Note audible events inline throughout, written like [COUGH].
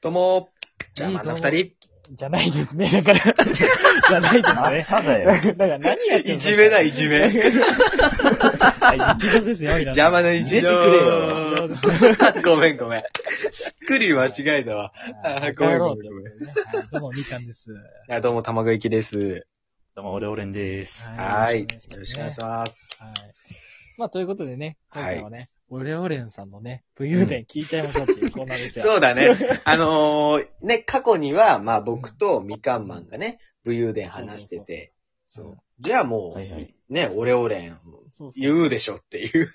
どうもじゃあ、真ん中二人。じゃないですね。 [LAUGHS] だから、じゃないですね。ただよ。だから何やってんのいじめだ、いじめ。はい一度ですよ、[LAUGHS] 皆さ邪ん。魔な一面くれよ。 [LAUGHS] ごめん、ごめん。しっくり間違えたわ。はあいごめん帰ろごうめんごめんということでねはいどうも、みかんです。いや、どうも、玉子きです。どうも、俺オレンです。はい。よろろししくくおお願願いいします。します。はい。まあ、ということでね、今はい回はね、オレオレンさんのね、武勇伝聞いちゃいましょうっていうコーナーですよ。そうだね。あのー、ね、過去には、まあ僕とみかんマンがね、武勇伝話してて、そうそそうう。じゃあも、はいはいうね、オレオレン、そうそう。言うでしょっていう。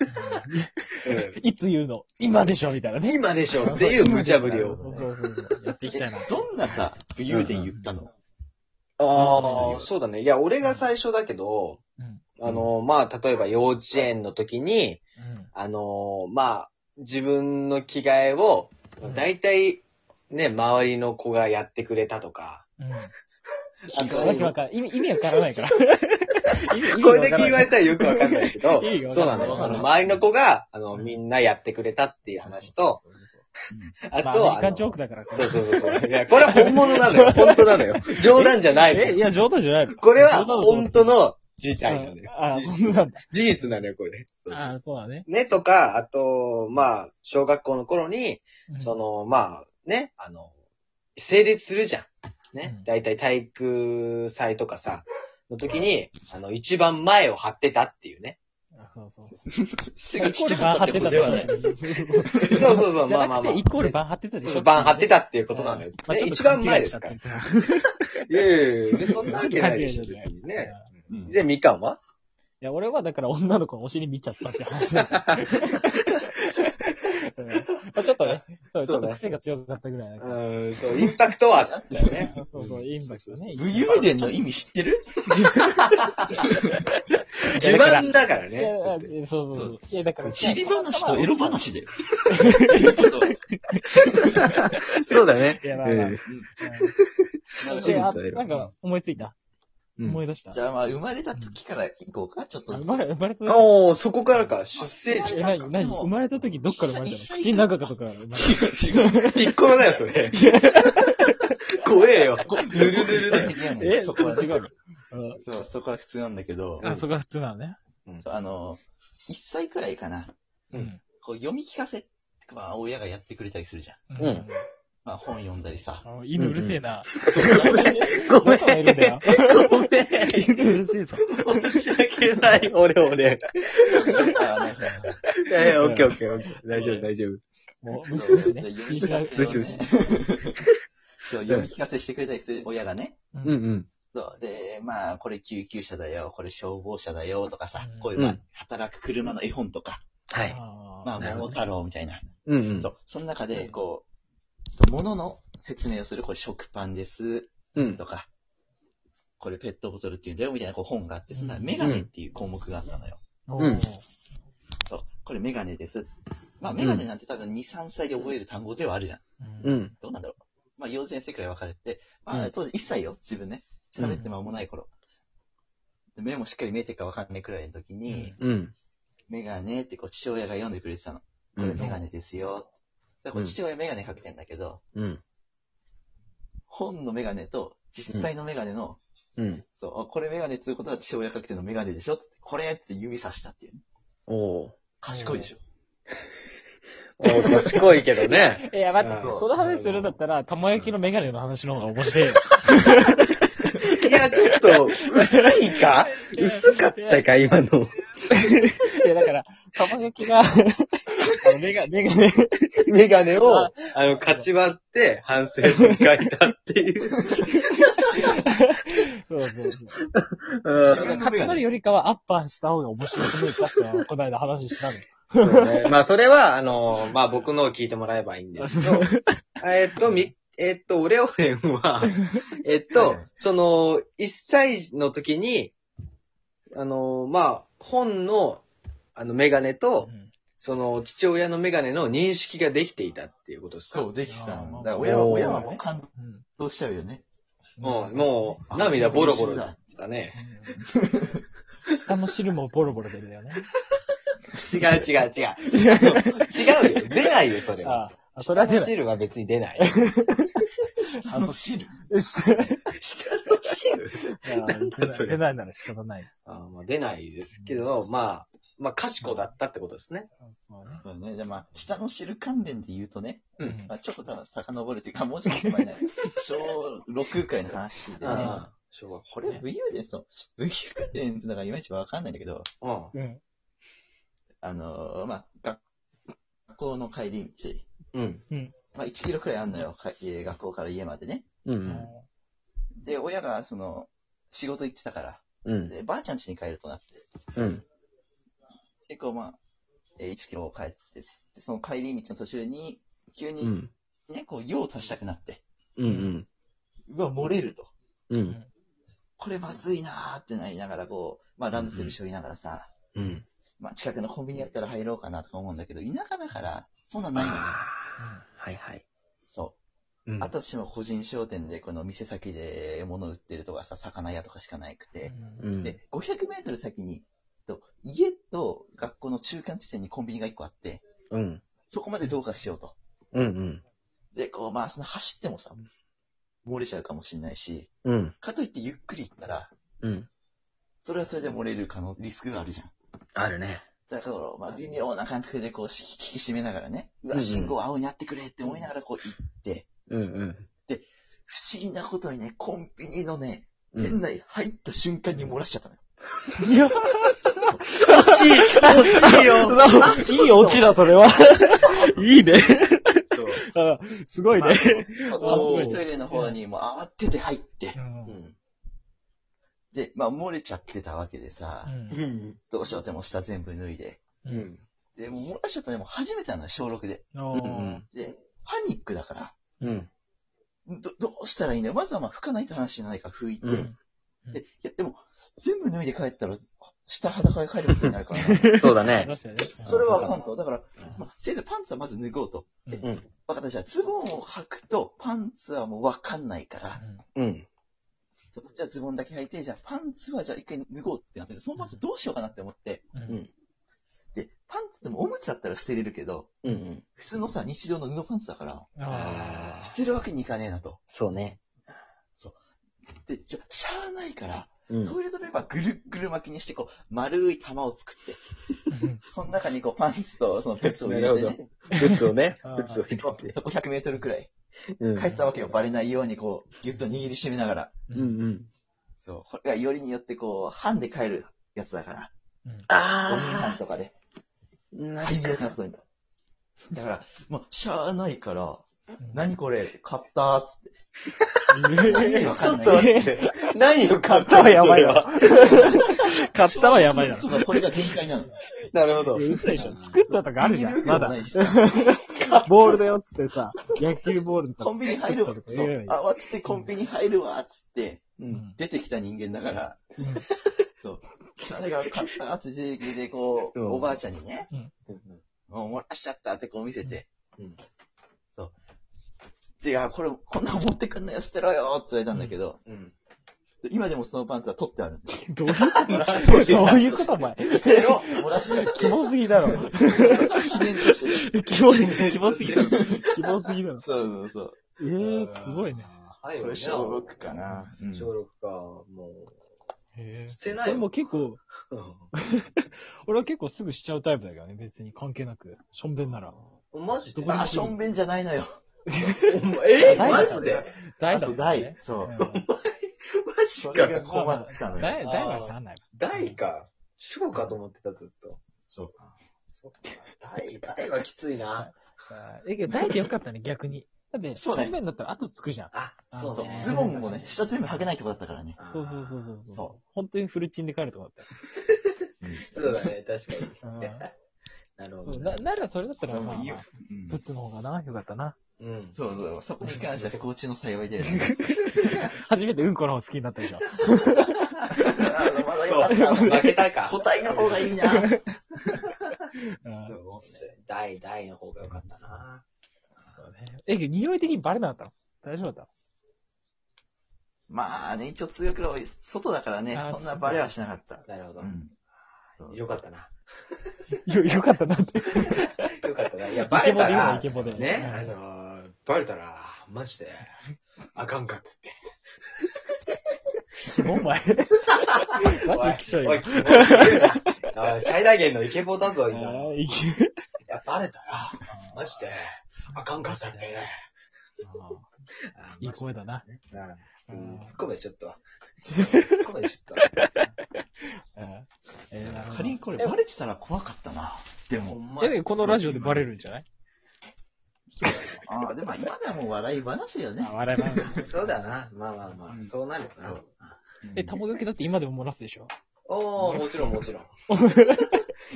いつ言うの今でしょみたいなね。 [LAUGHS] 今でしょっていう無茶ぶりを。そうそうそうそう。やっていきたいな。どんなさ、武勇伝言ったのああ、そうだね。いや、俺が最初だけど、うんあのー、まあ、例えば幼稚園の時に、うんあのーまあ、自分の着替えをうん、大体、ね、周りの子がやってくれたとか。うん。あわけわかん意味、意味わからな [LAUGHS] いから。意味これだけ言われて。たらよくわかんないけどいいよ、そうなのわよ。かあんなの、い周りの子が、あの、うんみんなやってくれたっていう話と、ああととは。アメは、リあカンのジョークだから。そうそうそうそう。いや、これは本物なのよ。本当なのよ。冗談じゃないえ、いの。や、冗談じゃないのこれは冗談だと思本って当の事態なのよ。ああ、本当なんだ。事実なのよ、これ。ああ、そうだね。ね、とか、あと、まあ、小学校の頃に、その、の、まあ、ね、あの、成立するじゃん。ねうん。だいたい体育祭とかさ、の時に、あの、一番前を張ってたっていうね。そうそう。すイコールバン張ってたい。そうそうそそううそう、じゃまあまあなくまあて、イ。コールバン張ってたでしそうょ。番張ってたっていうことなのよ。まあね、ちょっと一番前ですから。い勘違いしちやいやいや、でそんなわけないでしょ、勘違いし別ちゃったにね。うんで、みかんはゃったいや、俺はだから女の子のお尻見ちゃったって話だった。うんまあちょっとね、そう、ちそょうっねと癖が強かったぐらいだうけどーん、そう、インパクトはあったよね。 [LAUGHS] そうそう、インパクトね。武勇伝の意味知っ [LAUGHS] てる自慢だからいやいやね。いやそうそうそう。いや、だから、ちび話とエロ話で。そうだね。いやまあまあうんうんチビとあエロなんか、思いついた。うん思い出したじ。ゃあまあ、生まれた時から行こうか、ちょっと。生まれ、生まれた時。おー、そこからか、出生時え、かならに、か。なに、生まれた時どっから生まれたの口の中かとか生まれ違う、違う。ピッコロだよ、それ。怖えよ。ぬるぬるだよ。たえ、そそここはは違うのそう、そこは普通なんだけどうん、あ、そこは普通なのね。そうあの、1歳くらいかな。うんうん。こう読み聞かせ、まあ、親がやってくれたりするじゃん。うんまあ、本読んだり [LAUGHS] さ。あの犬うるせえな。ごめんどこがいるんだよ。ごめん。 [LAUGHS] 犬うるせえぞ。申し訳ない。俺、俺。あねえー、オッケーオッケーオッケー。大丈夫、大丈夫。もう、そうむしむしね。読気みに聞しなかいせをねむしむしそう、読み聞かせしてくれたりする親がね。うんうん。そう。で、まあ、これ救急車だよ、これ消防車だよ、とかさうん、こういう、まうあん、働く車の絵本とか、はい。まあ、なるほど桃太郎みたいな。うんうんそう。その中で、こう、物の説明をする、これ食パンです、うんと。か、これペットボトルっていうんだよ、みたいなこう本があってさ、うんメガネっていう項目があったのよ。あーうんおーそう。これメガネです。まあ、メガネなんて多分2、3歳で覚える単語ではあるじゃん。う。うんん。どうなんだろう。まあ、幼稚園生くらい分かれて、まうあん、当時1歳よ、自分ね。喋って間もない頃。で目もしっかり見えてるか分かんないくらいの時に、うん。メガネってこう父親が読んでくれてたの。こうれんメガネですよ。だからこうんう父親メガネかけてんだけど、うん。本のメガネと実際のメガネの、うん。そう、あこれメガネっていうことは父親かけてのメガネでしょつって、これって指さしたっていうね。おー。賢いでしょ。おー、賢いけどね。いや、待って、うんその話するんだったら、玉焼きのメガネの話の方が面白いよ。いや、ちょっと、薄いか [LAUGHS] 薄かったか、今の。いや、だから、玉 [LAUGHS] 焼きが、あのメガ、メガネ、メガネを、 [LAUGHS] あの、かち割って、反省文書いたっていう。そうそうそう。う自ん分の勝ち取るよりかはアッパーした方が面白くないかって、この間話したの。そうね。まあ、それは、あの、まあ、僕のを聞いてもらえばいいんです [LAUGHS] けど、えっと、み、えっと、オレオレンは、えっと、その、1歳の時に、あの、まあ、本の、あの、メガネと、その、父親のメガネの認識ができていたっていうことですかそう、できたの。だからあ親ーは、おー親はもう感動しちゃうよね。もう、もう、涙ボロボロだったね。うん。下の汁もボロボ [LAUGHS] ロ出るよね。違う違う違う。違うよ。出ないよ、それは。ああ、あ、そそれは出のない。汁は別に出 [LAUGHS] ない。あの汁えして下の汁 [LAUGHS] なんだそれ出ないなら仕方ない。あーまあ出ないですけど、まあ、まあ、賢だったってことですね。そうね。 [LAUGHS] そうね。じゃあまあ、下の汁関連で言うとね、うんまあ、ちょっと多分遡るというか、もうちょっ [LAUGHS] と前ね、小6くらいの話でね、ああ、小学こ校れね。武勇伝と、武勇伝ってのがいまいちわかんないんだけど、うん。うん。あのーまあ、学学校の帰り道、うん。まあ、1キロくらいあんのよ、かえー学校から家までね。う。うんで、親がその、仕事行ってたから、うん。で、ばあちゃん家に帰るとなって、うん。結構まあ、えー1キロ帰って、でその帰り道の途中に、急うにん。ね、こう、用を足したくなって、うん。うわ、漏れると。うん。これまずいなーってなりながら、こう、まあランドセルしょりながらさ、うん。まあ近くのコンビニやったら入ろうかなとか思うんだけど、田舎だから、そんなないのよ。 [LAUGHS] ああ、はいはい。そうう。んあとしても個人商店で、この店先で物売ってるとかさ、魚屋とかしかなくて。う。うんで、500メートル先に、と家と学校の中間地点にコンビニが1個あって、うん。そこまでどうかしようと。うん。で、こう、まあ、その走ってもさ、漏れちゃうかもしれないし、うん。かといってゆっくり行ったら、うん。それはそれで漏れる可能、リスクがあるじゃん。あるね。だから、まあ、微妙な感覚でこう、し引き締めながらね、ううんうわ、ん信号青になってくれって思いながらこう、行って、うんうん。不思議なことにね、コンビニのね、うん店内入った瞬間に漏らしちゃったのよ。ん。い [LAUGHS] や、 [LAUGHS] 惜しい惜しい [LAUGHS] よいいオチだ、それは。いいね。あすごいね。まあおーコンビニトイレの方にもう慌てて入って、ん。で、まあ、漏れちゃってたわけでさ、うんん。どうしようってもう下全部脱いで。う。うんん。で、もう漏らしちゃったのもう初めてなのよ、小6で。あーで、パニックだから、うん。ど、どうしたらいいんだよ。まずはまあ、拭かないと話じゃないから拭いて、うんで、いや、でも、全部脱いで帰ったら、下裸で帰ることにな [LAUGHS] るからな。そうだね。確かにね。それはあかんと。だから、まあ、せいぜいパンツはまず脱ごうと。でうん分かった。じゃあ、ズボンを履くと、パンツはもうわかんないから、うん。じゃあズボンだけ履いて、じゃあパンツはじゃあ一回脱ごうってなって、そのパンツどうしようかなって思って、うんうんで、パンツでもおむつだったら捨てれるけど、うんうん。普通のさ、日常の布パンツだから、ああ捨あ。てるわけにいかねえなと。そうね。で、じゃあ、しゃあないから、うトイレットペーパーぐるっぐる巻きにして、こう、丸い玉を作って、その中にこう、パンツとその靴を入れ [LAUGHS] て、なるね、物をねあー物を入これて。う500メートルくらい。うん帰ったわけよ。バレないようにこう、ぎゅっと握りしめながら。ーうんうん。そう。これがよりによってこう、班で帰るやつだから。5人班ああ。とかで。な最悪なことに。だから、もう、しゃあないから、何これ、買ったーっつって。意味わちかょんっない。と待って。何を買った買ったはやばいわわ。買ったはやばいだろ。そうかこれが限界なの。なるほど。嘘でしょ。作ったとかあるじゃん。まだ握。るわけボールだよっつってさ、野球ボールとかでもないしコンビニ入るわ。作ったそとか言えう。ばい慌ててコンビニ入るわーっつって、うい。出てきた人間だから、しゃあないから買ったーっつって出てきて、こう、うんおばあちゃんにね、ん。もう漏らしちゃったってこう見せて。うんうんそう。で、あ、これ、こんなん持ってくんなよ、捨てろよって言われたんだけど、うん。今でもそのパンツは取ってあるんで。どういうことどういうことお前。捨てろ漏らしちゃっキモすぎだろ。て、記念として。キモすぎ、キモすぎだろ。キモすぎだろ。そうそうええ、すごいね。。はい、そう。これ小6かな。うん小6か、もへう。ー捨てない俺もも結構、俺は結構すぐしちゃうタイプだけどね、別に関係なく。しょんべんなら。ん。マジでどこあ、しょんべんじゃないのよ。お前えーないマジで大あだともん大ね。。そ [LAUGHS] う。マジそれがか。困ったの大、よ。大はしゃあないわ。大か。小かと思ってた、ずっと。そう。そっか大、大はきついな。え、けど大でよかったね、逆に。だって、しそょうねんべんだったら後つくじゃん。あ、そそううそうね。ズボンもね、下全部履けないとこだったからね。あーそうそうそうそう。そそう本当にフルチンで帰るとこだっそうだね、確かに。たよ。 [LAUGHS] なるうほんそうどなね。ならそれだったら、もまあういいまよあ、うんブッツの方がな、よかったな。うん。そうそう、そこに関しては不幸中の幸いだよね。 [LAUGHS] 初めてうんこの方好きになったでしょ。まだそう負けたか。答えの方がいいな。うん大、大の方が良かったな。そうねえ、けど匂い的にバレなかったの大丈夫だっ [LAUGHS] まあね、一応通学路は外だからねあ、ーそんなバレはしなかった。なるほどう。ん。良かったな。たのよ、よかったなって。よかったな。いや、バレたらイ、ケボで、今イケボね、で。はあいのー、バレたら、マジで、あかんかったって。イケボ [LAUGHS] [LAUGHS] お前。 [LAUGHS] マジできしょいおよい、。キモいって言うなおい最大限のイケボだぞ、今。あいーイケや、バレたら、マジで、あかんかったって。あーあいい声だな。ううんん。突っ込めちょっ [LAUGHS] と。うん突っ込めちょっえー、なるほど仮にこれバレてたら怖かったな。でと。ほも。んまえ、でもこのラジオでバレるんじゃないああ、でも今ではもう笑い話よねあ。笑い話。そうだな。まあまあまうあ、んそうなるよな。そうえ、玉掛けだって今でも漏らすでしょおー、もちろんもちろん。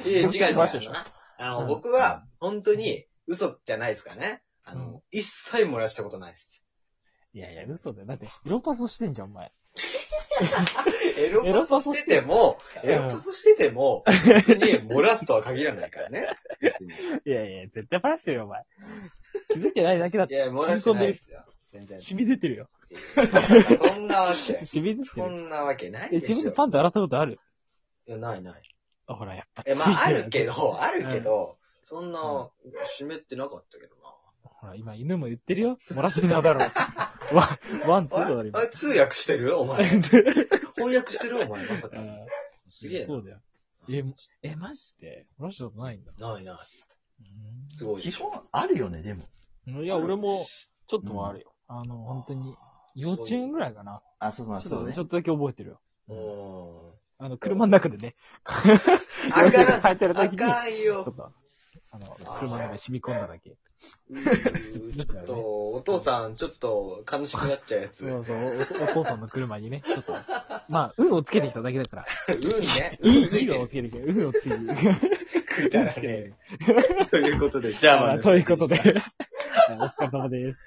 いや、違うめちゃ違くちゃう詳しいでしょ。あうの、ん僕は、本当に、嘘じゃないですからね。あの、うん一切漏らしたことないです。いやいや、嘘だよ。だって、エロパスしてんじゃん、お前。エロエロパパススししててても、うんエロパスしてても、別に漏らすとは限らないからね。別にいいやいや、絶対バラしてるよ、お [LAUGHS] 前。気づいてないだけだって。や、漏らしてないですよ。全然。染み出てるよ。そんなわけ。染み出てそる。んなわけないえ、でし自ょ。分でパンツ洗ったことあるいや、ないない。あ、ほら、やっぱ。え、 [LAUGHS] まあ、あるけど。ど、あるけど、そんな、湿ってなかったけどな。ほら、今、犬も言ってるよ。漏らしてた [LAUGHS] だろう。ワン、ワン、ツあーだろ、れ今あ。れ通訳してるお [LAUGHS] 前。翻訳してるお前、まさか。うんすげえな。そうだよ。え、もえ、マジで漏らしたことないんだ。ないない。すい。ごい基でしょ。本あるよね、でも。いや、俺も、ちょっとはあるよ。あの、本当に、幼稚園ぐらいかな。あ、そうまちょっと、ちょっとだけ覚えてるよ。うーん。あの、車の中でね。あ幼稚園か帰ってるん、あ時に、ちょかんっよ。と、あの、車の中に染み込んだだけ。うーちょっと、お父さん、ちょっと、悲しくなっ [LAUGHS] ちゃうやつ。そううそう、おお父さんの車にね、ちょっと、まあ、運をつけてきただけだから。にね。いい、ついいいてのをるつ。けてきた。運をつけてきた。くだ [LAUGHS] らねえ。ということで、じゃあままあ [LAUGHS] あということで、お疲れ様です。